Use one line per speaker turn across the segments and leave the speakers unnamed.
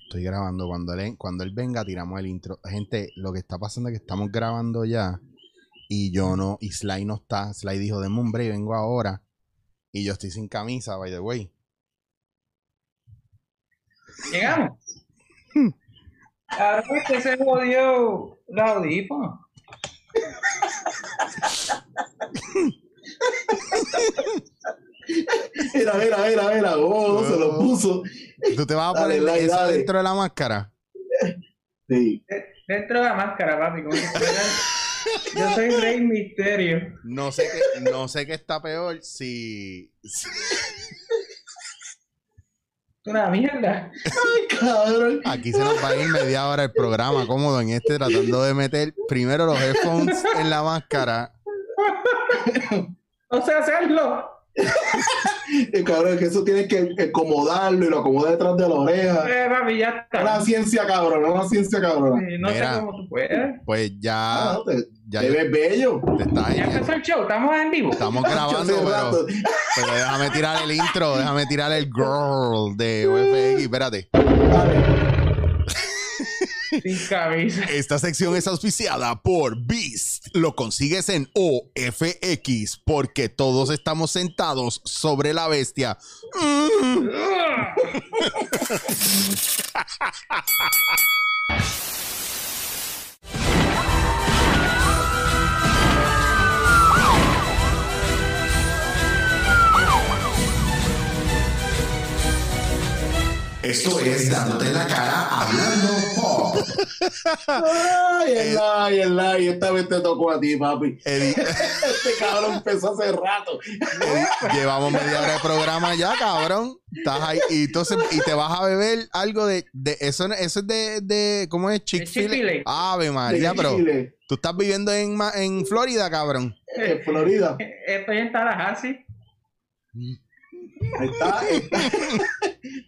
estoy grabando. Cuando él, cuando él venga, tiramos el intro. Gente, lo que está pasando es que estamos grabando ya y yo no, y Sly no está. Sly dijo, denme un break, vengo ahora. Y yo estoy sin camisa, by the way.
Llegamos. Ahora es que se jodió los audífonos.
Mira, mira, mira, mira. Oh, se lo puso.
¿Tú te vas a
Dale,
poner
Sly,
eso
dale.
dentro de la máscara?
Sí.
Dentro de la máscara, papi. Como si fuera- Yo soy Rey Misterio.
No sé qué, no sé qué está peor si, si-
Es una mierda.
Ay, cabrón.
Aquí se nos va a ir media hora el programa cómodo en este tratando de meter primero los headphones en la máscara.
No sé hacerlo.
El Eh, cabrón, es que eso tienes que acomodarlo y lo acomoda detrás de la oreja.
Eh, papi, ya está.
Una ciencia, cabrón. Una ciencia, cabrón.
Eh, No
Mira.
sé cómo tú puedes.
Pues
Ah,
ya,
no, te,
ya
te
yo-
ves bello.
te estás
Ya empezó el show. Estamos en vivo.
Estamos
Yo hace
grabando, pero,
rato-
pero déjame tirar el intro, déjame tirar el girl de UFX. Espérate.
Dale.
Sin camisa.
Esta sección es auspiciada por Beast. Lo consigues en OFX porque todos estamos sentados sobre la bestia. Mm.
Esto es dándote en la cara hablando pop.
Ay,
Eh,
el ay, el ay. Esta vez te tocó a ti, papi.
Eddie,
Este cabrón empezó hace rato.
Llevamos media hora de programa ya, cabrón. Estás ahí. Y entonces, y te vas a beber algo de, de eso, no- eso es de, de ¿cómo es? Chick-fil-A.
Chick-fil-A.
Ave
De
María, Ah, pero
Chile,
tú estás viviendo en, Ma- en Florida, cabrón.
en Florida.
Estoy en Tallahassee.
Está, está,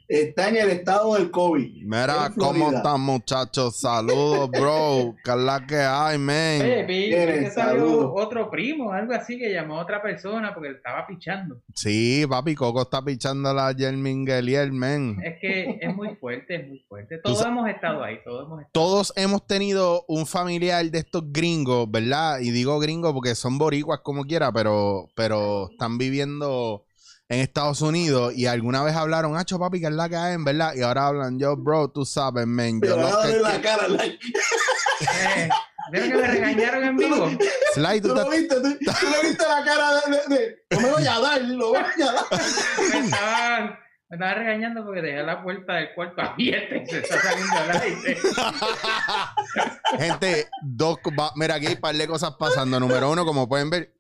está en el estado del COVID.
Mira
En Florida.
cómo están, muchachos. Saludos, bro. ¿Qué es la que hay,
Oye,
man?
vi vi
Bien,
que salió
saludos.
otro primo, algo así, que llamó a otra persona porque le estaba pichando.
Sí, papi, Coco está pichando la Jermin Gelier, man.
Es que es muy fuerte, es muy fuerte. Todos
sa-
hemos estado ahí, todos hemos estado
Todos hemos tenido un familiar de estos gringos, ¿verdad? Y digo gringos porque son boricuas como quiera, pero, pero están viviendo en Estados Unidos y alguna vez hablaron, hacho papi, que es la que hay, ¿verdad? Y ahora hablan, yo, bro, tú sabes, man. Yo
Pero
lo
dale
que...
la cara, like.
Eh, ¿Vieron que me regañaron en vivo?
Sly, tú
¿Tú lo
estás-
viste? ¿Tú, tú le viste la cara de... de, de- no me voy a dar, lo voy a dar.
Me estaban, me estaban regañando porque dejé la puerta del cuarto abierta y se está saliendo al aire.
Gente, dos... va- Mira, aquí hay un par de cosas pasando. Número uno, como pueden ver,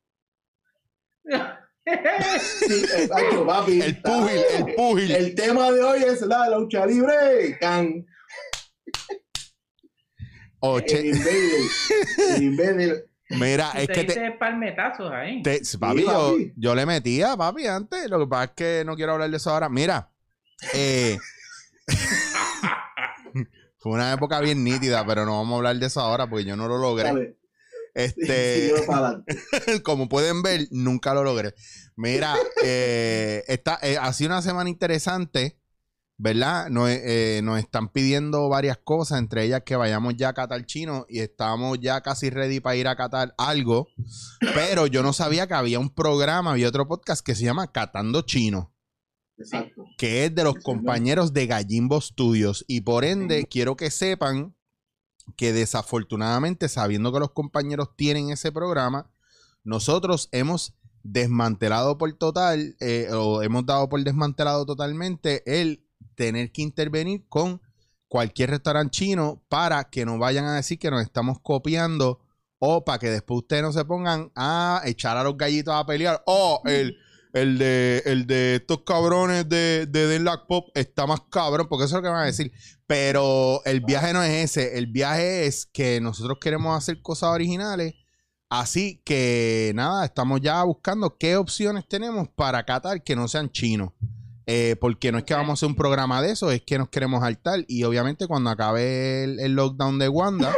Sí, eh, Pancho, papi.
el pugil, el pugil.
El tema de hoy es la lucha libre. Can. El
Oche-
invader. El invader.
Mira, Ah, es
te
que te,
hice palmetazos ahí.
te- papi,
Sí,
yo,
papi.
yo le metía, papi, antes. Lo que pasa es que no quiero hablar de eso ahora. Mira, eh, fue una época bien nítida, pero no vamos a hablar de eso ahora porque yo no lo logré.
Dale.
Este,
Siguió para adelante.
como pueden ver, nunca lo logré. Mira, eh, está, eh, ha sido una semana interesante, ¿verdad? Nos, eh, nos están pidiendo varias cosas, entre ellas que vayamos ya a Qatar chino y estamos ya casi ready para ir a Qatar algo, pero yo no sabía que había un programa, había otro podcast que se llama Catando Chino,
Exacto.
que es de los
Sí, señor.
compañeros de Gallimbo Studios y por ende
Sí.
quiero que sepan que desafortunadamente, sabiendo que los compañeros tienen ese programa, nosotros hemos desmantelado por total, eh, o hemos dado por desmantelado totalmente el tener que intervenir con cualquier restaurante chino para que no vayan a decir que nos estamos copiando o para que después ustedes no se pongan a echar a los gallitos a pelear. O el, el, de, el de estos cabrones de, de Den Lac Pop está más cabrón, porque eso es lo que van a decir. Pero el viaje no es ese, el viaje es que nosotros queremos hacer cosas originales. Así que nada, estamos ya buscando qué opciones tenemos para Qatar que no sean chinos. Eh, porque no es que vamos a hacer un programa de eso, es que nos queremos saltar. Y obviamente cuando acabe el, el lockdown de Wanda,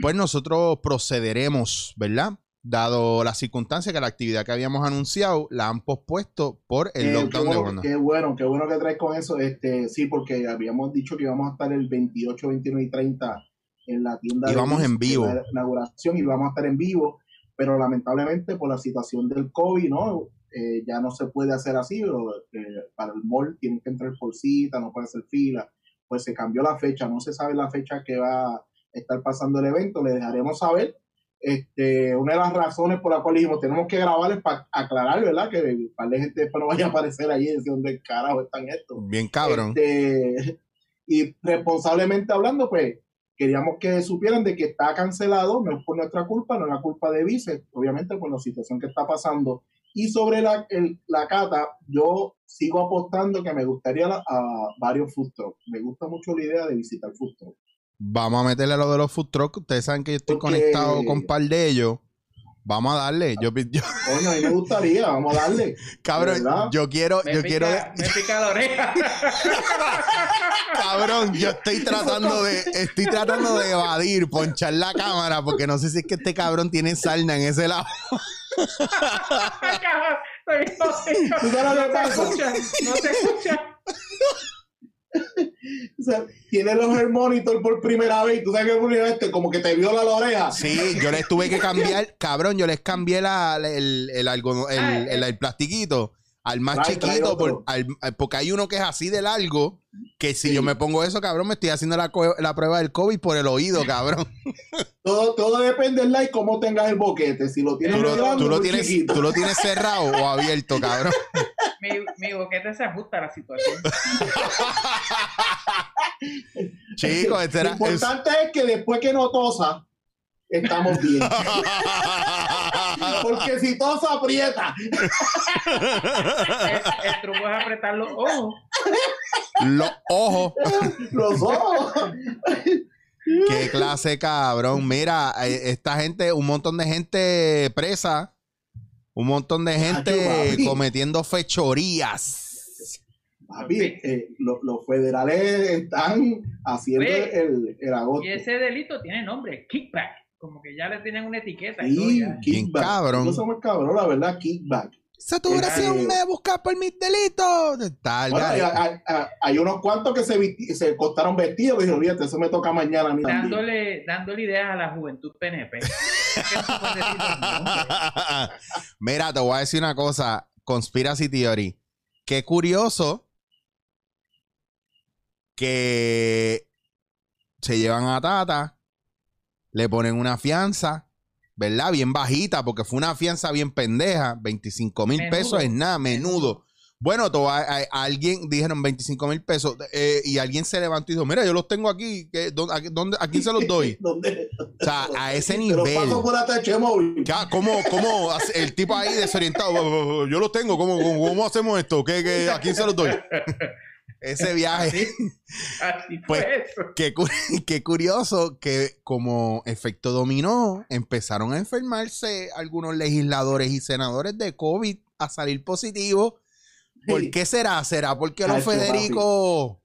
pues nosotros procederemos, ¿verdad? dado las circunstancias que la actividad que habíamos anunciado la han pospuesto por el
Eh, qué,
lockdown de
bueno,
Wanda.
qué bueno, qué bueno que traes con eso. Este, sí, porque habíamos dicho que íbamos a estar el 28, 29 y 30 en la tienda.
Y vamos en vivo.
La inauguración y vamos a estar en vivo, pero lamentablemente por la situación del COVID, ¿no? Eh, ya no se puede hacer así, pero, eh, para el mall tienen que entrar por cita, no puede hacer fila. Pues se cambió la fecha, no se sabe la fecha que va a estar pasando el evento, le dejaremos saber este, una de las razones por la cual dijimos tenemos que grabar es para aclarar, ¿verdad? Que un par de gente después no vaya a aparecer allí y decir dónde carajo están estos.
Bien cabrón.
Este, y responsablemente hablando, pues queríamos que supieran de que está cancelado, no es por nuestra culpa, no es la culpa de Vice, obviamente por la situación que está pasando. Y sobre la, el- la cata, yo sigo apostando que me gustaría la- a varios food trucks. Me gusta mucho la idea de visitar food trucks.
Vamos a meterle lo de los food trucks. Ustedes saben que yo estoy
Porque-
conectado con un par de ellos. Vamos a darle. Yo, yo-
Coño, a mí me gustaría, vamos a darle.
cabrón,
¿Verdad?
yo quiero,
Me
yo
pica-
quiero,
Me pica la oreja.
cabrón, yo estoy tratando de, estoy tratando de evadir, ponchar la cámara, porque no sé si es que este cabrón tiene sarna en ese lado.
Ay, cabrón, estoy bien jodido.
¿Tú sabes lo que
No
pasa?
se escucha, no se escucha.
O sea, tiene el ojo el monitor por primera vez y tú sabes que por primera vez te- como que te viola la oreja.
Sí, yo les tuve que cambiar, cabrón, yo les cambié la, la- el, el, algodón- el,
Ah,
el- el plastiquito al más
Trae, trae
chiquito, por-
otro.
al- al- porque hay uno que es así de largo, que si
Sí.
yo me pongo eso, cabrón, me estoy haciendo la, cue- la prueba del COVID por el oído, cabrón.
Todo, todo depende del like, cómo tengas el boquete. Si lo tienes
Tú
muy
lo,
grande
tú lo
muy
tienes,
chiquito.
tú lo tienes cerrado o abierto, cabrón.
Mi, mi boquete se ajusta a la situación.
Chicos, este
Lo
era... es-
importante es... que después que no tosa, estamos bien. Porque si tosa, aprieta.
El, el truco es apretar los ojos.
Los ojos.
Los ojos.
Qué clase, cabrón. Mira, eh, esta gente, un montón de gente presa, un montón de
Ay,
gente
papi.
cometiendo fechorías.
Papi, eh, lo- los federales están haciendo
Oye,
el, el agosto.
Y ese delito tiene nombre, kickback. Como que ya le tienen una etiqueta. y todo
Sí,
ya.
Bien
kickback.
cabrón.
No somos cabrón, la verdad, kickback.
Saturación me busca por mis delitos. Tal,
Bueno, hay,
dale.
hay- hay- hay unos cuantos que se, visti- se costaron vestidos y dijeron, "Olvídate, eso me toca mañana a mí también".
Dándole, dándole ideas a la juventud PNP. ¿Qué tú puedes decir de mi nombre?
Mira, te voy a decir una cosa, conspiracy theory. Qué curioso que se llevan a Tata, le ponen una fianza, ¿verdad? Bien bajita, porque fue una fianza bien pendeja, 25 mil
Menudo.
pesos es nada, menudo. Bueno, to- a, a- a alguien dijeron 25 mil pesos eh, y alguien se levantó y dijo, mira, yo los tengo aquí, ¿qué- dó- a, dónde- ¿a quién se los doy?
¿Dónde?
O sea, a ese
Te lo
nivel.
paso por ATH móvil.
Ya, ¿Cómo, cómo hace- el tipo ahí desorientado? "Oh, Yo lo tengo, ¿cómo, cómo, cómo hacemos esto? ¿Qué, qué, a quién se los doy? Ese viaje.
Así, así
Pues,
fue eso.
Qué, cu- qué curioso que como efecto dominó, empezaron a enfermarse algunos legisladores y senadores de COVID a salir positivos. ¿Por
Sí.
qué será? ¿Será porque los
Chacho, papi.
Federico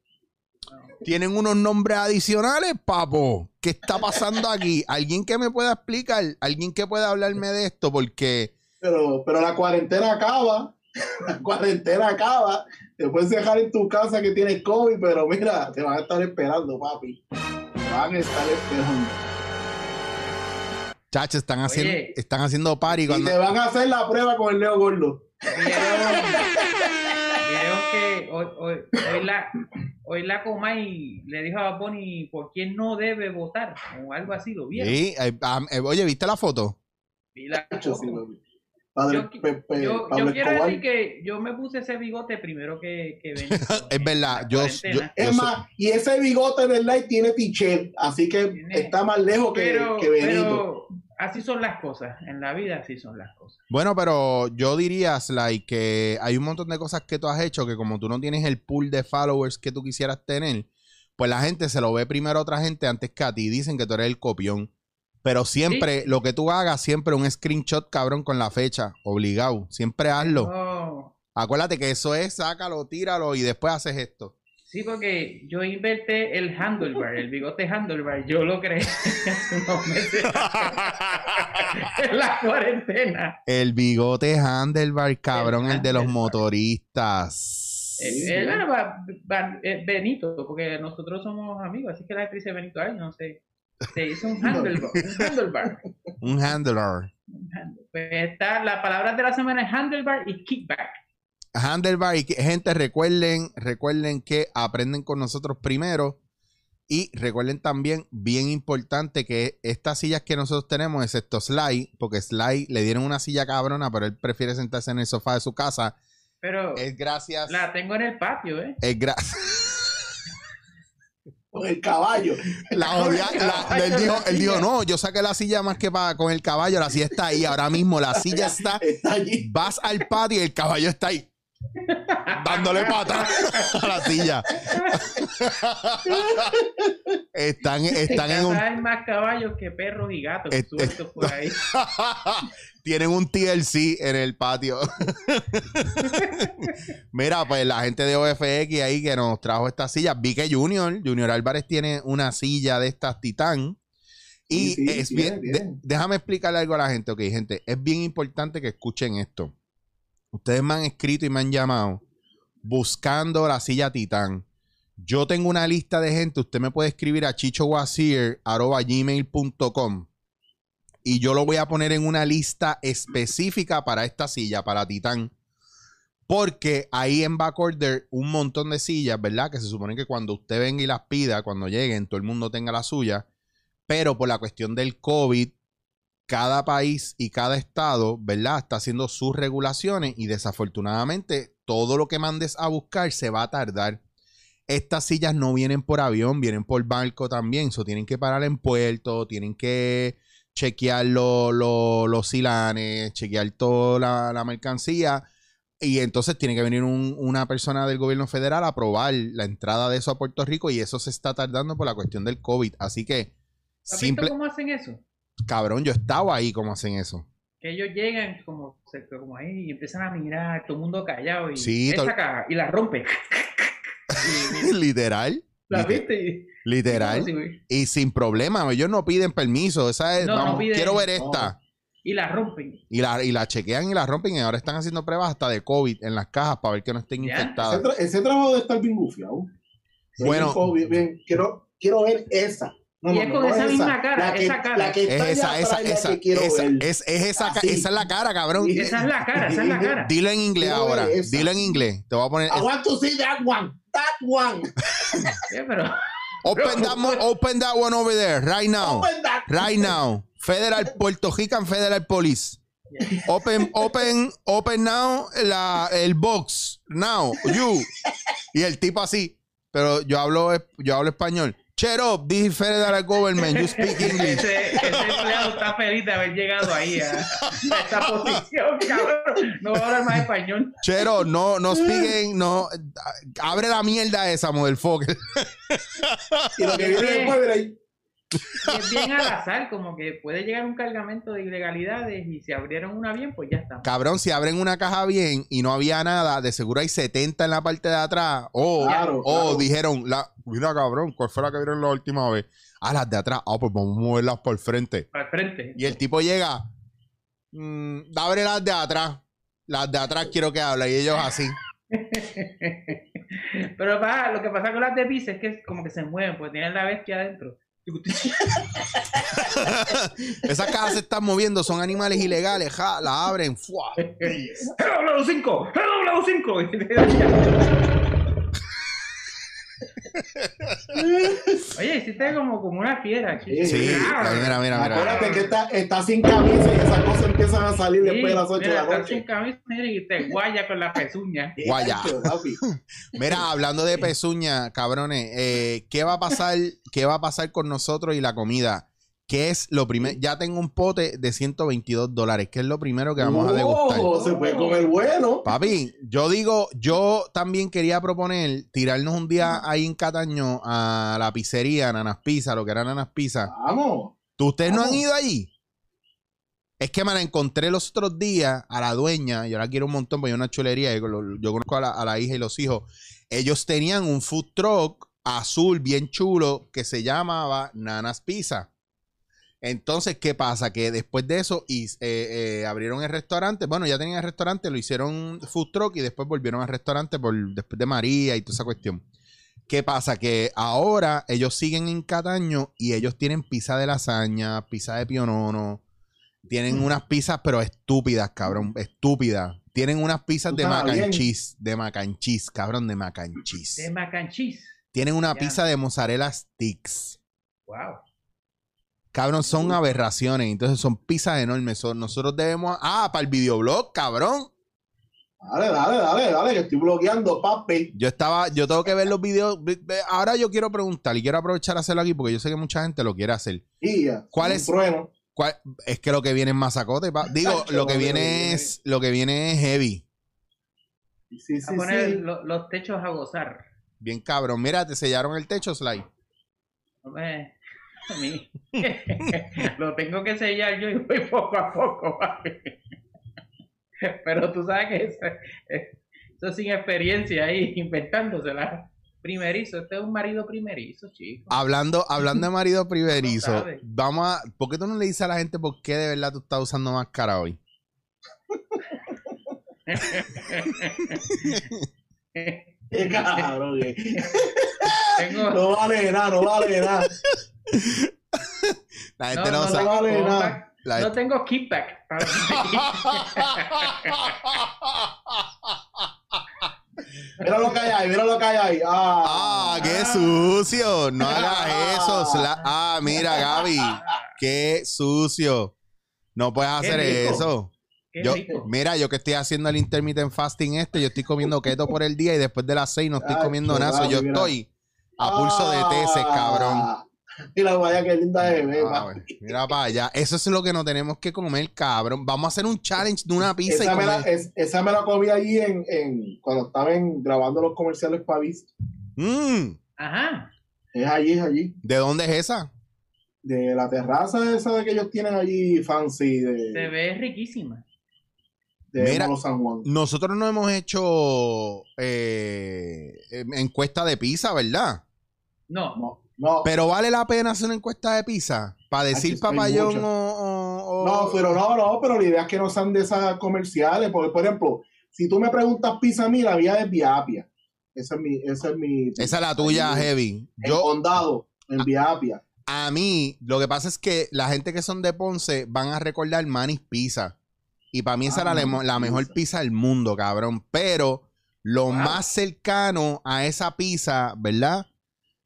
tienen unos nombres adicionales, papo? ¿Qué está pasando aquí? ¿Alguien que me pueda explicar? ¿Alguien que pueda hablarme de esto? Porque...
Pero, pero la cuarentena acaba. La cuarentena acaba. Te puedes dejar en tu casa que tienes COVID, pero mira, te van a estar esperando, papi. Te van a estar esperando.
Chacho, están haciendo,
Oye.
están haciendo party
Y
cuando.
te van a hacer la prueba con el Leo Gordo.
Vieron, vieron que hoy, hoy, hoy la, hoy la Comay le dijo a Bonnie por quién no debe votar o algo así, lo vieron.
Sí, eh, ah, eh, oye, ¿viste la foto?
Vi la
Chacho, sí,
foto.
papi. Padre
Yo qui-
Pepe,
yo,
Pablo
yo quiero
Escobar.
decir que yo me puse ese bigote primero que, que Benito.
Es verdad,
En la
yo-
cuarentena.
yo
Es
sé-
más, y ese bigote del like tiene Tichel, así que
Tiene-
está más lejos que,
Pero,
que Benito.
pero así son las cosas. En la vida así son las cosas.
Bueno, pero yo diría, Sly, que hay un montón de cosas que tú has hecho que como tú no tienes el pool de followers que tú quisieras tener, pues la gente se lo ve primero a otra gente antes que a ti. Dicen que tú eres el copión. Pero siempre, lo que tú hagas, siempre un screenshot, cabrón, con la fecha. Obligado. Siempre hazlo.
No,
Acuérdate que eso es, sácalo, tíralo y después haces esto.
Sí, porque yo inventé el handlebar, el bigote handlebar, yo lo creé hace unos meses en la cuarentena.
El bigote handlebar, cabrón, el, de los
handlebar.
motoristas.
Eh,
Sí,
eh,
sí.
bueno, va- va- eh, Benito, porque nosotros somos amigos, así que la actriz de Benito, ay, no sé, se hizo un handlebar, un handlebar.
Un handler.
un handle- Pues está, la palabra de la semana es handlebar y kickback.
Handlebar, y que- gente, recuerden, recuerden que aprenden con nosotros primero. Y recuerden también, bien importante, que estas sillas que nosotros tenemos, excepto Sly, porque Sly le dieron una silla cabrona, pero él prefiere sentarse en el sofá de su casa.
Pero
Es gracias.
la tengo en el patio, ¿eh?
Es gracias.
Con el caballo.
La odia- la- él, dijo, él dijo, no, yo saqué la silla más que para con el caballo, la silla está ahí, ahora mismo la silla está
Está allí.
vas al patio y el caballo está ahí dándole pata a la silla. están están en
En
un
casa hay más caballos que perros y gatos
Este-
sueltos por ahí.
tienen un TLC en el patio. Mira, pues la gente de OFX ahí que nos trajo estas sillas. Vi que Junior, Junior Álvarez tiene una silla de estas Titán. Y
Sí, sí,
es
tiene,
bien,
tiene.
de- déjame explicarle algo a la gente, ok, gente, es bien importante que escuchen esto. Ustedes me han escrito y me han llamado buscando la silla Titán. Yo tengo una lista de gente, usted me puede escribir a chichowasir@gmail.com y yo lo voy a poner en una lista específica para esta silla, para Titán. Porque ahí en backorder un montón de sillas, ¿verdad? Que se supone que cuando usted venga y las pida, cuando lleguen, todo el mundo tenga la suya. Pero por la cuestión del COVID, cada país y cada estado, ¿verdad? Está haciendo sus regulaciones y desafortunadamente todo lo que mandes a buscar se va a tardar. Estas sillas no vienen por avión, vienen por barco también. So, tienen que parar en puerto, tienen que chequear lo- lo- los silanes, chequear toda la, la mercancía. Y entonces tiene que venir un- una persona del gobierno federal a aprobar la entrada de eso a Puerto Rico y eso se está tardando por la cuestión del COVID. Así que,
¿Has
simple,
visto cómo hacen eso?
cabrón, yo estaba ahí como hacen eso.
Que ellos llegan como, se- como ahí y empiezan a mirar, todo el mundo callado y
Sí,
esa
todo-
caja y la rompe. Y
literal.
la
lite-
viste y-
Literal.
y-
Y sin problema. Ellos no piden permiso. Esa es,
No,
vamos,
no piden,
quiero ver
no.
esta.
y la rompen.
Y la, y la chequean y la rompen. Y ahora están haciendo pruebas hasta de COVID en las cajas para ver que no estén
Ya.
Ese,
infectadas.
tra- ese trabajo de estar bien gufiado.
Bueno.
bien, bien. Quiero, quiero ver esa. No,
Y
no,
es
no,
con
no
esa
esa
misma cara,
La que,
esa cara.
La que
Es
está
esa,
allá
esa,
atrás es
esa,
la que quiero
esa,
ver.
es, es esa, ca-
Así.
esa es la cara, cabrón.
Sí.
Esa es la cara, esa es la cara.
Dilo en inglés
Quiero ver
ahora.
esa.
Dilo en inglés. Te voy a poner.
I want to see that one. That one.
Eh, pero
Open that, mo- open that one over there, right now.
Open that.
Right now. Federal Puerto Rican Federal Police. Open, open, open now la, el box. Now, you. Y el tipo así. Pero yo hablo, yo hablo español. Shut up, this is federal government. You speak English.
ese, ese empleado está feliz de haber llegado ahí a, a esa posición, cabrón. No va a hablar más español.
Shut up, no, no speaking, no. Abre la mierda esa, motherfucker.
Y lo que viene
Bien.
después, mira ahí.
Y es bien al azar, como que puede llegar un cargamento de ilegalidades y si abrieron una bien, pues ya está.
Cabrón, si abren una caja bien y no había nada, de seguro hay 70 en la parte de atrás. Oh. O,
Claro,
o
claro.
dijeron, la, mira cabrón, ¿cuál fue la que vieron la última vez? Ah, las de atrás. Ah, pues vamos a moverlas por el frente.
Al frente.
Y el tipo llega, mm, abre las de atrás. Las de atrás quiero que hable. Y ellos así.
Pero va, lo que pasa con las de pizza es que como que se mueven, pues tienen la bestia adentro.
Esas cajas se están moviendo, son animales ilegales. Ja, las abren. fuá.
¡GW5! ¡GW5! Oye, hiciste como, como una fiera. chico. Ah,
Sí,
Claro.
mira, mira, mira.
Acuérdate que está, está sin camisa y esas cosas empiezan a salir
Sí,
después de las 8 de
mira,
la
estás sin
noche.
camisa y te guaya con la pezuña.
Guaya.
Chacho, papi.
Mira, hablando de pezuña, cabrones, eh, ¿qué va a pasar? ¿Qué va a pasar con nosotros y la comida? ¿Qué es lo primero? Ya tengo un pote de 122 dólares. ¿Qué es lo primero que vamos a degustar?
Oh, se puede comer bueno.
Papi, yo digo, yo también quería proponer tirarnos un día ahí en Cataño a la pizzería Nanas Pizza, lo que era Nanas Pizza.
Vamos.
¿Tú ustedes no han
Vamos.
ido allí? Es que me la encontré los otros días a la dueña, yo la quiero un montón porque es una chulería, yo, lo- yo conozco a la, a la hija y los hijos. ellos tenían un food truck azul bien chulo que se llamaba Nanas Pizza. Entonces, ¿qué pasa? Que después de eso y, eh, eh, abrieron el restaurante. Bueno, ya tenían el restaurante, lo hicieron food truck y después volvieron al restaurante por, después de María y toda esa cuestión. ¿Qué pasa? Que ahora ellos siguen en Cataño y ellos tienen pizza de lasaña, pizza de pionono. Tienen
Mm.
unas pizzas, pero estúpidas, cabrón, estúpidas. Tienen unas pizzas
Tú
de
sabes bien.
macanchis, de macanchis, cabrón, de macanchis.
De macanchis.
Tienen una
Ya.
pizza de mozzarella sticks.
Wow.
Cabrón, son aberraciones. Entonces son pizzas enormes. Son- nosotros debemos. Ah, para el videoblog, cabrón.
Dale, dale, dale, dale, que estoy bloqueando, papi.
Yo estaba, yo tengo que ver los videos. Ve- ve- Ahora yo quiero preguntar y quiero aprovechar a hacerlo aquí porque yo sé que mucha gente lo quiere hacer.
Y ya,
¿Cuál
un
es?
trueno.
¿Cuál- Es que lo que viene es masacote. pa- Digo,
Tacho,
lo que
lo que
viene
viene.
es, lo que viene es heavy.
Sí, sí,
A poner
sí.
lo- los techos a gozar.
Bien cabrón. Mira, te sellaron el techo, Sly.
No me- a mí. lo tengo que sellar yo y voy poco a poco, papi. Pero tú sabes que eso, eso es sin experiencia ahí, inventándosela. Primerizo, este es un marido primerizo, chico.
Hablando, hablando de marido
No
primerizo,
sabe.
vamos a. ¿Por qué tú no le dices a la gente por qué de verdad tú estás usando máscara hoy?
Qué cabrón, eh.
Tengo,
No vale nada, no vale nada.
La gente este no,
no,
sabe.
no. vale
tengo
nada.
back-
la
no
gente-
tengo kickback. para-
Mira lo que hay ahí, mira lo que hay ahí. Ah,
Ah, qué sucio. No hagas eso. Sla- Ah, mira, Gaby. Qué sucio. No puedes hacer
Qué rico.
eso.
Qué
Yo-
rico.
mira, yo que estoy haciendo el intermittent fasting este, yo estoy comiendo keto por el día y después de las seis no estoy
Ay,
comiendo
qué
nada. So, Yo
Gaby, mira.
estoy a pulso de TC, cabrón.
Ah. Mira, vaya que linda es, eh,
Ah,
papi.
bueno, mira para allá. Eso es lo que no tenemos que comer, cabrón. Vamos a hacer un challenge de una pizza
Esa
y
me, la,
comer.
es- esa me la comí allí en, en- cuando estaban grabando los comerciales para Viz.
Mm,
Ajá.
Es allí, es allí.
¿De dónde es esa?
De la terraza esa de que ellos tienen allí, fancy,
Se
de,
ve riquísima.
de
Mira. Mm.
Molo San Juan.
Nosotros no hemos hecho eh, em- encuesta de pizza, ¿verdad?
No,
No, no,
Pero vale la pena hacer una encuesta de pizza para decir
Ay, sí, hay
papayón o,
mucho.
o- o-
no, pero no, no, pero la idea es que no sean de esas comerciales. Porque, por ejemplo, si tú me preguntas pizza a mí, la vía es Vía Apia. Esa es mi. Esa es, mi
Esa es la tuya,
Ahí,
Heavy.
En
Yo, Ah,
condado, en Vía Apia.
a mí, lo que pasa es que la gente que son de Ponce van a recordar Manis Pizza. Y para mí esa
Ah,
era la,
Manny's
la mejor
Pizza.
pizza del mundo, cabrón. Pero lo
Wow.
más cercano a esa pizza, ¿verdad?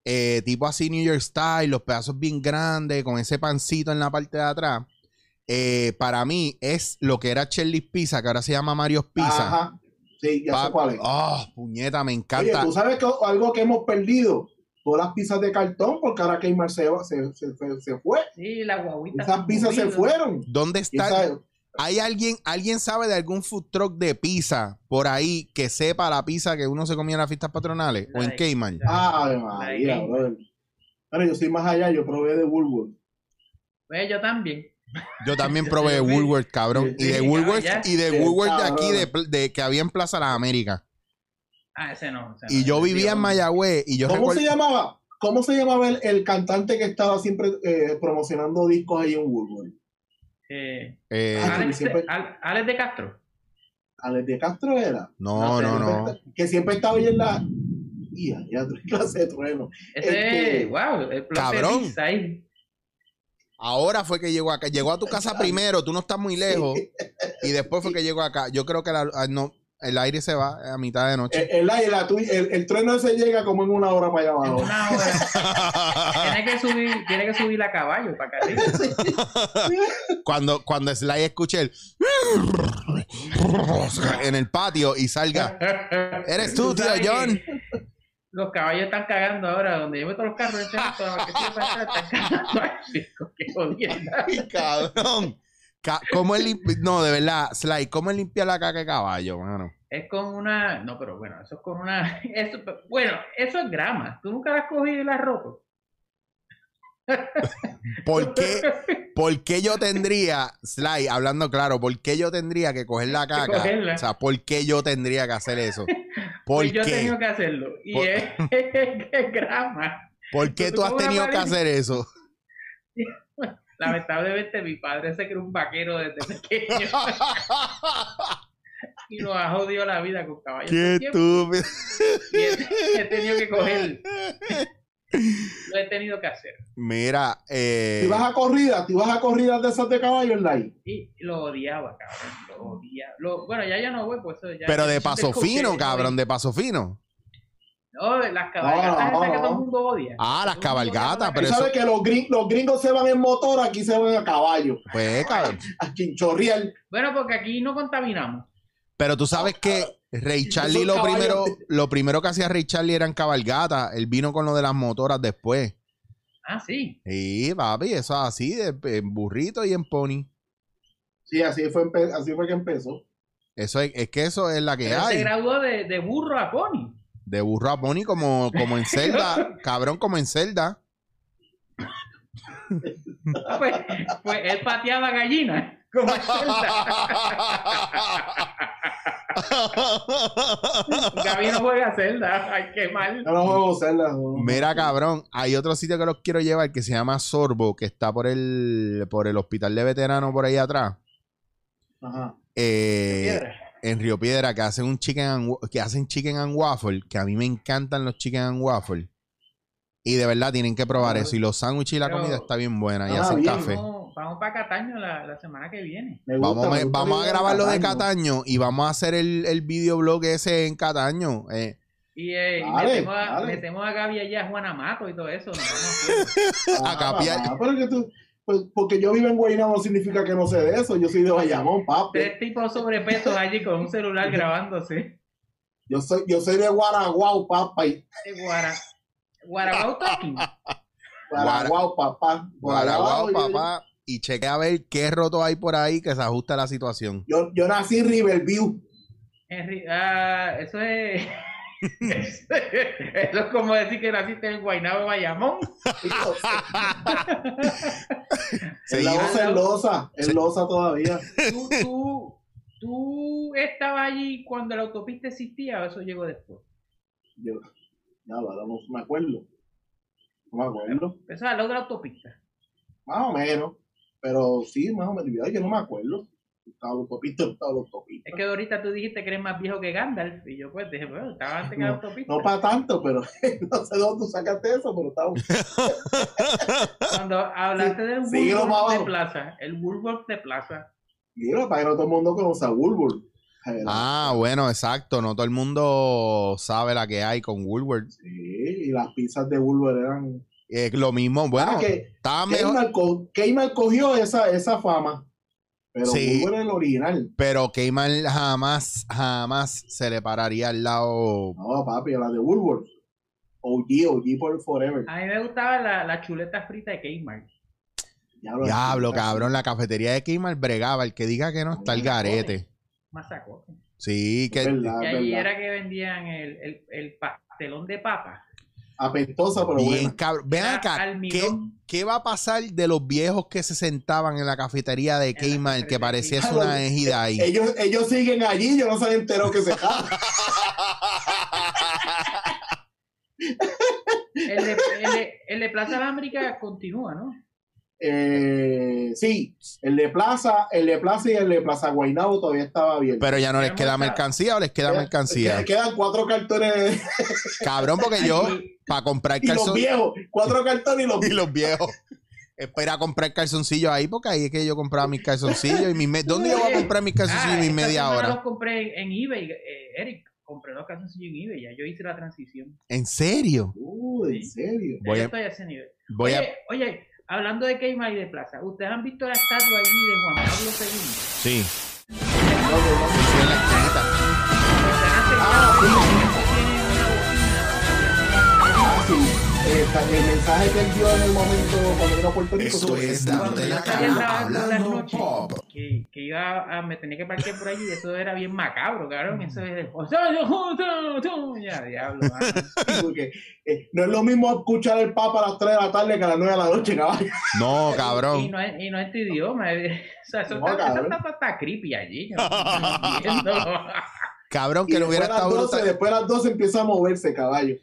Eh, tipo así New York Style, los pedazos bien grandes, con ese pancito en la parte de atrás. eh, para mí es lo que era Cherly's Pizza, que ahora se llama Mario's Pizza.
Ajá. Sí, ya
Pa-
sé cuál es.
Ah, puñeta, me
Oye,
encanta.
tú sabes que algo que hemos perdido, todas las pizzas de cartón, porque ahora que se, se, se, fue- se fue,
sí, la guaguita.
esas pizzas se
movido.
fueron.
¿Dónde
Y
está?
esa-
¿Hay alguien, alguien sabe de algún food truck de pizza por ahí que sepa la pizza que uno se comía en las fiestas patronales o en
Like,
Cayman?
like.
Ave
La
María,
de
brother. Pero yo soy más allá, yo probé de Woolworth.
Pues yo también.
Yo también probé de
Sí,
Woolworth, cabrón. Y
sí,
de
cabrón,
Woolworth
ya.
y de
Sí,
Woolworth de aquí,
cabrón.
de, pl- de- que había en Plaza Las Américas.
Ah, ese no. ese
Y
no,
yo
ese
vivía
tío.
en Mayagüez y yo
¿Cómo
recuerdo
se llamaba? ¿Cómo se llamaba el, el cantante que estaba siempre eh, promocionando discos ahí en Woolworth?
Eh,
eh,
Ah,
Alex,
siempre-
Al- Alex de Castro.
Alex de Castro era.
no,
no
no,
sé,
no.
Que siempre estaba ahí en la. Ya, ya, clase de trueno.
Ese,
Este,
wow, el plot
cabrón.
twist ahí.
Ahora fue que llegó acá. Llegó a tu casa primero, tú no estás muy lejos. Y después fue que llegó acá. Yo creo que la- ah, no, el aire se va a mitad de noche.
El, Eh, el, la tuya- el- el trueno se llega como en una hora para allá
En
abajo.
una hora. tiene que subir, tiene que subir a caballo para acá arriba.
cuando, cuando Sly escuche el en el patio y salga. Eres tú,
Tú
tío
sabes
John.
que Los caballos están cagando ahora, donde yo meto los carros, ese auto, que estoy para atrás, están cagando ahí, chico, qué jodienda.
Cabrón. Ca- ¿Cómo es limpi- No, de verdad, Sly, ¿cómo es limpiar la caca de caballo, mano?
Es con una, no, pero bueno, eso es con una, eso, bueno, eso es grama. Tú nunca la has cogido y la has roto.
¿Por qué, por qué yo tendría, Sly, hablando claro, por qué yo tendría que coger la caca?
cogerla.
O sea, ¿por qué yo tendría que hacer eso? ¿Por
Pues yo he
qué?
tenido que hacerlo. Y
Por-
es, es grama.
¿Por qué
Yo
tú has
tengo una
tenido que
pared-
hacer eso?
Lamentablemente mi padre se creó un vaquero desde pequeño y nos ha jodido la vida con caballos.
¡Qué
todo el tiempo.
estúpido!
Y he, he tenido que coger. Lo he tenido que hacer.
Mira, eh,
Si vas a corridas, si vas a corridas de esas de caballo, online.
Ah,
Y lo odiaba, cabrón. Lo odiaba. Lo- bueno, ya yo no voy, pues eso ya.
pero de
yo
paso
escuché, eh.
fino,
yo-
cabrón, de paso fino.
No, de las cabalgatas
No, no,
esas que todo el
no.
mundo odia.
Ah, las
Todo el mundo
cabalgatas,
odia
pero
Tú
eso,
sabes que los, gring- los gringos se van en motor, aquí se van a caballo,
pues, cabrón.
a chinchorrear.
Bueno, porque aquí no contaminamos.
Pero tú sabes que Ray
Esos
Charlie lo
caballos-
primero, lo primero que hacía Ray Charlie eran cabalgatas. Él vino con lo de las motoras después.
Ah, sí.
Y papi, eso es así, de, en burrito y en pony.
Sí, así fue, empe- así fue que empezó.
Eso es, es que eso es la que
Pero él se
hay.
graduó de, de burro a pony.
De burro a pony como, como en celda. cabrón, como en celda.
Ah, Pues, pues él pateaba gallinas. Como Zelda. Gaby no juega a Zelda. Ay, qué mal.
Yo no juego Zelda. no.
Mm. Mira, cabrón, hay otro sitio que los quiero llevar que se llama Sorbo, que está por el, por el hospital de veteranos por ahí atrás.
Ajá.
Eh,
Piedra.
en Río Piedra que hacen un chicken and wa- que hacen chicken and waffle, que a mí me encantan los chicken and waffle. Y de verdad tienen que probar
Ah.
eso. Y los sándwiches y la
Pero-
comida está bien buena. Y
Ah,
hacen
bien,
café.
Vamos, vamos para Cataño la, la semana que viene.
Me gusta,
Vamos,
me
me-
gusta
vamos a
el
grabar lo de
Cataño.
Cataño y vamos a hacer el, el videoblog ese en Cataño. eh.
Y, eh, y
Dale,
metemos, a,
dale.
metemos a Gaby allá, a Juana Mato y todo eso. nos vamos a-
A capiar.
papá, Ah, pero que tú- pues, porque yo vivo en Guayna no significa que no sé de eso. Yo soy de Bayamón, papi.
Tres tipos sobrepesos allí con un celular grabándose.
Yo soy, yo soy de Guaraguao, papá. y-
Eh, Guara, Guarabao Talking.
Guaraguao, papá.
Guaraguao,
yo-
papá. Y cheque a ver qué roto hay por ahí que se ajusta a la situación.
Yo, yo nací en Riverview.
Henry- ah, eso es. Eso es como decir que naciste en Guaynabo, Bayamón.
en la
Seguimos.
osa en losa,
Se-
en losa todavía.
tú, tú, tú estabas allí cuando la autopista existía o eso llegó después.
Yo, ya, no, no me acuerdo. No me acuerdo.
Eso es al lado de la autopista.
Más o menos. Pero sí, más o menos. Yo no me acuerdo. Estaba los topitos, estaba los topitos.
Es que ahorita tú dijiste que eres más viejo que Gandalf. Y yo pues dije, bueno, estaba antes que la
No,
autopista.
No para tanto, pero no sé dónde tú sacaste eso, pero estaba
Cuando hablaste del
Sí, síguelo
Woolworth
para
de
abajo.
plaza, el Woolworth de plaza.
Mira, para que no todo el mundo conozca a Woolworth. Eh,
Ah, bueno, exacto. No todo el mundo sabe la que hay con Woolworth.
Sí, y las pizzas de Woolworth eran.
Es lo mismo. Bueno,
Ah, que
está mejor.
Kmart co- Kmart cogió esa, esa fama. Pero
Sí.
Woolworth era el original.
Pero Cayman jamás, jamás se le pararía al lado.
No, papi, la de Woolworth. OG, OG por Forever.
A mí me gustaba la, la chuleta frita de Kmart.
Diablo,
Diablo,
la-
cabrón. La cafetería de Cayman bregaba. El que diga que no está el garete.
Masacote.
Sí,
Es
que
verdad,
Y
Ah, es
allí
verdad.
era que vendían el, el, el pastelón de papa.
Apestosa, pero
bien
buena.
cabrón. Ven
Era
acá, ¿qué,
almidón.
qué va a pasar de los viejos que se sentaban en la cafetería de Cayman que parecía
Claro,
una ejida ahí?
Ellos, ellos siguen allí, yo no se entero que se jala.
El de, el de- el de Plaza Alámbrica continúa, ¿no?
Eh, sí, el de Plaza, el de Plaza y el de Plaza Guaynabo todavía estaba bien.
Pero ah. ya no les queda mercancía o les queda mercancía.
Quedan cuatro cartones de-
Cabrón, porque yo,
Y-
para comprar
y los
calzón
viejos, cuatro cartones y los
y
viejos.
los viejos. Espera comprar calzoncillos ahí, porque ahí es que yo compraba mis calzoncillos y mis me- ¿Dónde yo voy a comprar mis calzoncillos y mis
esta
media
semana
hora?
los compré en eBay, eh, Eric. Compré los calzoncillos en eBay, ya yo hice la transición.
¿En serio?
Uh, en serio.
Ya
Voy
yo
a-
estoy a ese nivel.
Voy a.
oye, oye, hablando de Keima y de Plaza, ¿ustedes han visto la estatua allí de Juan Pablo II?
Sí.
No, no, no.
sí, en la esquinita.
Ah, sí, ah, sí. Eh, el mensaje que él dio en el momento cuando vino a Puerto Rico.
Esto es
Cuando
dándote
yo
Ah,
la
salía
cara
a las- a las
hablando
noches,
pop.
que, que iba a, me tenía que parquear por allí y eso era bien macabro, cabrón. Eso es. o sea, yo- Ya, diablo, mano.
Porque, eh, no es lo mismo escuchar el Papa a las 3 de la tarde que a las 9 de la noche, caballo.
No,
Y
cabrón.
no, es, y no es tu idioma. eh. O sea, eso
No,
está, eso
cabrón.
está, está- está creepy allí. yo no estoy entendiendo.
Cabrón, que
y
no hubiera
después, a las
estado
12,
brutal.
después a las 12 empieza a moverse, caballo.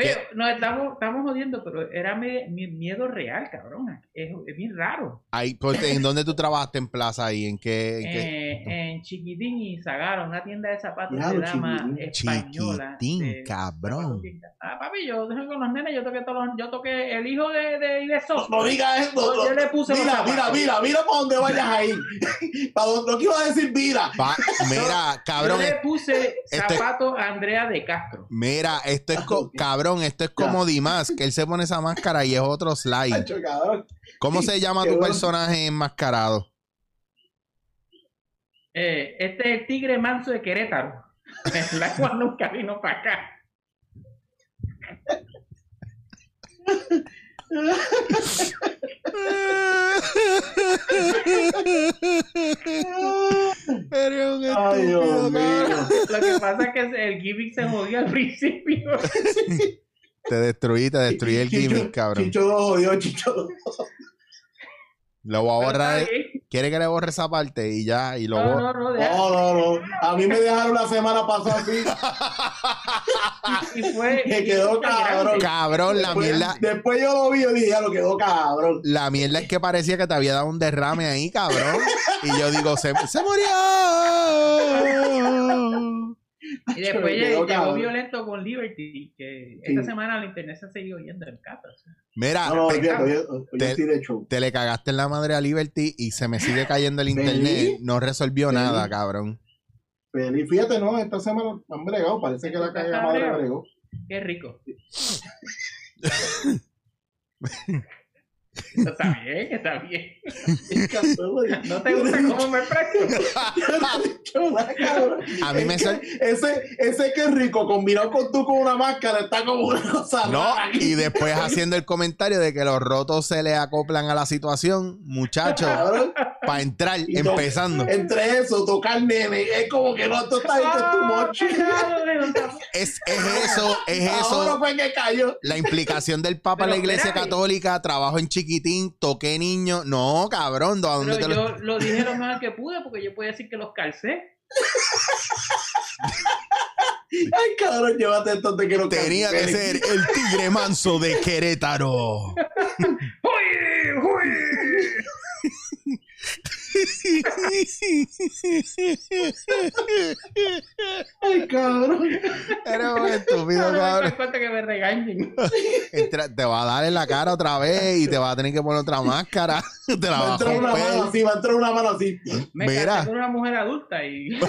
Oye, nos estamos, estamos jodiendo, pero era mi, mi miedo real, cabrón. Es, es bien raro.
Ahí, pues, ¿En dónde tú trabajaste en plaza ahí? ¿En qué? en qué?
Eh, en Chiquitín y Zagara, una tienda de zapatos
Claro,
de dama
Chiquitín.
española.
Chiquitín,
de-
cabrón.
Ah, papi, yo dejé con los nenes, yo toqué todos los- yo toqué el hijo de, de, de Sosa.
No digas esto.
Yo- yo
no.
le puse los
Mira, mira,
zapatos.
mira, mira para dónde vayas ahí. para donde, lo que iba a decir, mira.
Pa- mira, cabrón,
Yo le puse
este-
zapatos a Andrea de Castro.
mira, esto es co- cabrón, esto es como Dimas, que él se pone esa máscara y es otro slide.
Chacho, cabrón.
¿Cómo se llama
Qué
tu
bueno.
personaje enmascarado?
Eh, este es el tigre manso de Querétaro. La cual nunca vino para acá.
Eres un estúpido,
Ay, Dios
cabrón.
mío.
Lo que pasa es que el gimmick se jodió al principio.
Te destruí, te destruí el
Chicho-
gimmick, cabrón.
Chicho lo jodió, Chicho lo
Lo voy a
Pero está
borrar.
bien.
Quiere que le borre esa parte y ya, y lo
No,
borro.
no, no, deja-
No, no, no. A mí me dejaron la semana pasada así.
Y fue.
Que
y
quedó
fue grande.
cabrón.
Cabrón, la
Después,
mierda.
después yo lo vi y dije, ya lo quedó cabrón.
La mierda es que parecía que te había dado un derrame ahí, cabrón. Y yo digo, se, se murió.
Y después
Quedó
llegó,
cabrón.
violento con Liberty. Que
Sí.
esta semana la internet se ha seguido yendo en cata.
Mira,
No, no,
Ah, te,
olvídate, yo, yo
te-
estoy de show.
te le cagaste en la madre a Liberty y se me sigue cayendo el
¿Feliz?
internet. No resolvió
¿Feliz?
nada, cabrón.
Feliz, fíjate, no, esta semana han bregado, parece que la calle de madre bregó.
Qué rico. está bien, está bien. No te gusta cómo me expreso.
A mí me
Es
sal-
que ese, ese que es rico combinado con tú con una máscara está como una cosa
No,
rara.
y después haciendo el comentario de que los rotos se le acoplan a la situación, muchachos,
Cabrón,
para entrar,
Y no.
empezando.
entre eso, tocar nene, es como que no, tú estás
Ah,
tu mochi.
pecado de los zapatos.
Es, es eso, es
Ahora pues.
eso.
fue que cayó.
La implicación del Papa en la
Pero,
Iglesia
espérate.
Católica, trabajo en chiquitín, toqué niño. No, cabrón, ¿a dónde
Pero
te lo-
yo lo dije lo mejor que pude porque yo podía decir que los calcé.
Ay, cabrón, llévate esto, te quiero
Tenía que
caer.
ser el tigre manso de Querétaro.
¡Uy! ¡Uy!
Ay, cabrón.
Eres un estúpido,
No me
cabrón.
importa que me regañen.
Entra- te va a dar en la cara otra vez y te va a tener que poner otra máscara. Te la
Va a
vas a
entrar una mano
romper.
así, va a entrar una mano así.
Me
Mira.
casé con una mujer adulta y no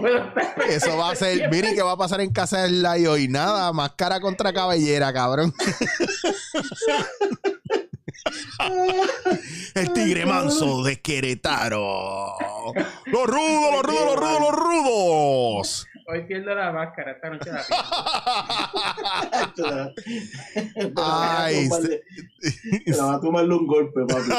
puedo estar
Eso va a ser, mire, ¿qué va a pasar en casa del Lai hoy? Nada, máscara contra cabellera, cabrón. El tigre manso de Querétaro. Los rudos, los rudos, los rudos, los rudos.
Hoy pierdo la máscara, esta noche la pierdo.
Ay,
Te la va a tomarle un golpe, papi.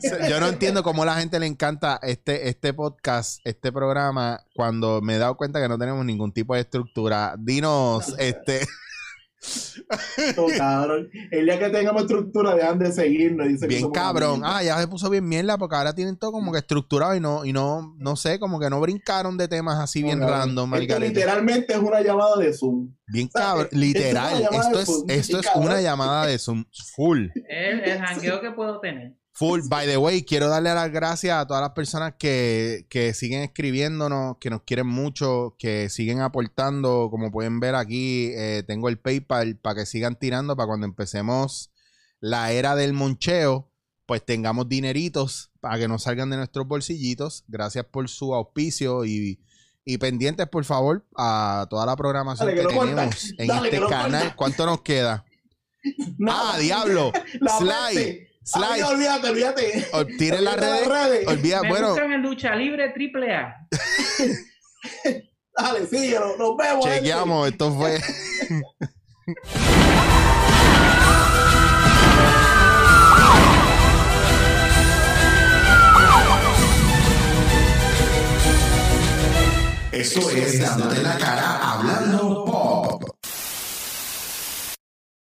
Se- Yo no entiendo cómo a la gente le encanta este, este podcast, este programa, cuando me he dado cuenta que no tenemos ningún tipo de estructura. Dinos, este,
No, cabrón. El día que tengamos estructura, dejan de seguirnos. Dicen que
bien
somos
cabrón.
amigos.
Ah, ya se puso bien mierda porque ahora tienen todo como que estructurado y no, y no, no sé, como que no brincaron de temas así bien
No, cabrón.
random,
Esto
Margarita.
literalmente es una llamada de Zoom.
Bien
¿sabes?
cabrón,
Esto es
literal.
una llamada
Esto
de
es,
Zoom,
esto es
cabrón.
una llamada de Zoom full.
El, el jangueo que puedo tener.
Full, by the way, quiero darle las gracias a todas las personas que, que siguen escribiéndonos, que nos quieren mucho, que siguen aportando. Como pueden ver aquí, eh, tengo el PayPal para que sigan tirando, para cuando empecemos la era del moncheo, pues tengamos dineritos para que nos salgan de nuestros bolsillitos. Gracias por su auspicio y, y pendientes, por favor, a toda la programación
Dale, que
que,
lo
tenemos
cortan.
en
Dale, que
este
lo
canal.
cortan.
¿Cuánto nos queda?
Nada.
¡Ah, diablo!
La
Slide,
peste. Ay,
slide.
olvídate, olvídate.
O- Tiren las
Olvídate
redes. Olvida,
me
bueno,
buscan en lucha libre triple A.
Dale, síguelo. Nos vemos. gente.
chequeamos. Esto fue.
Esto es Dándote la cara hablando pop.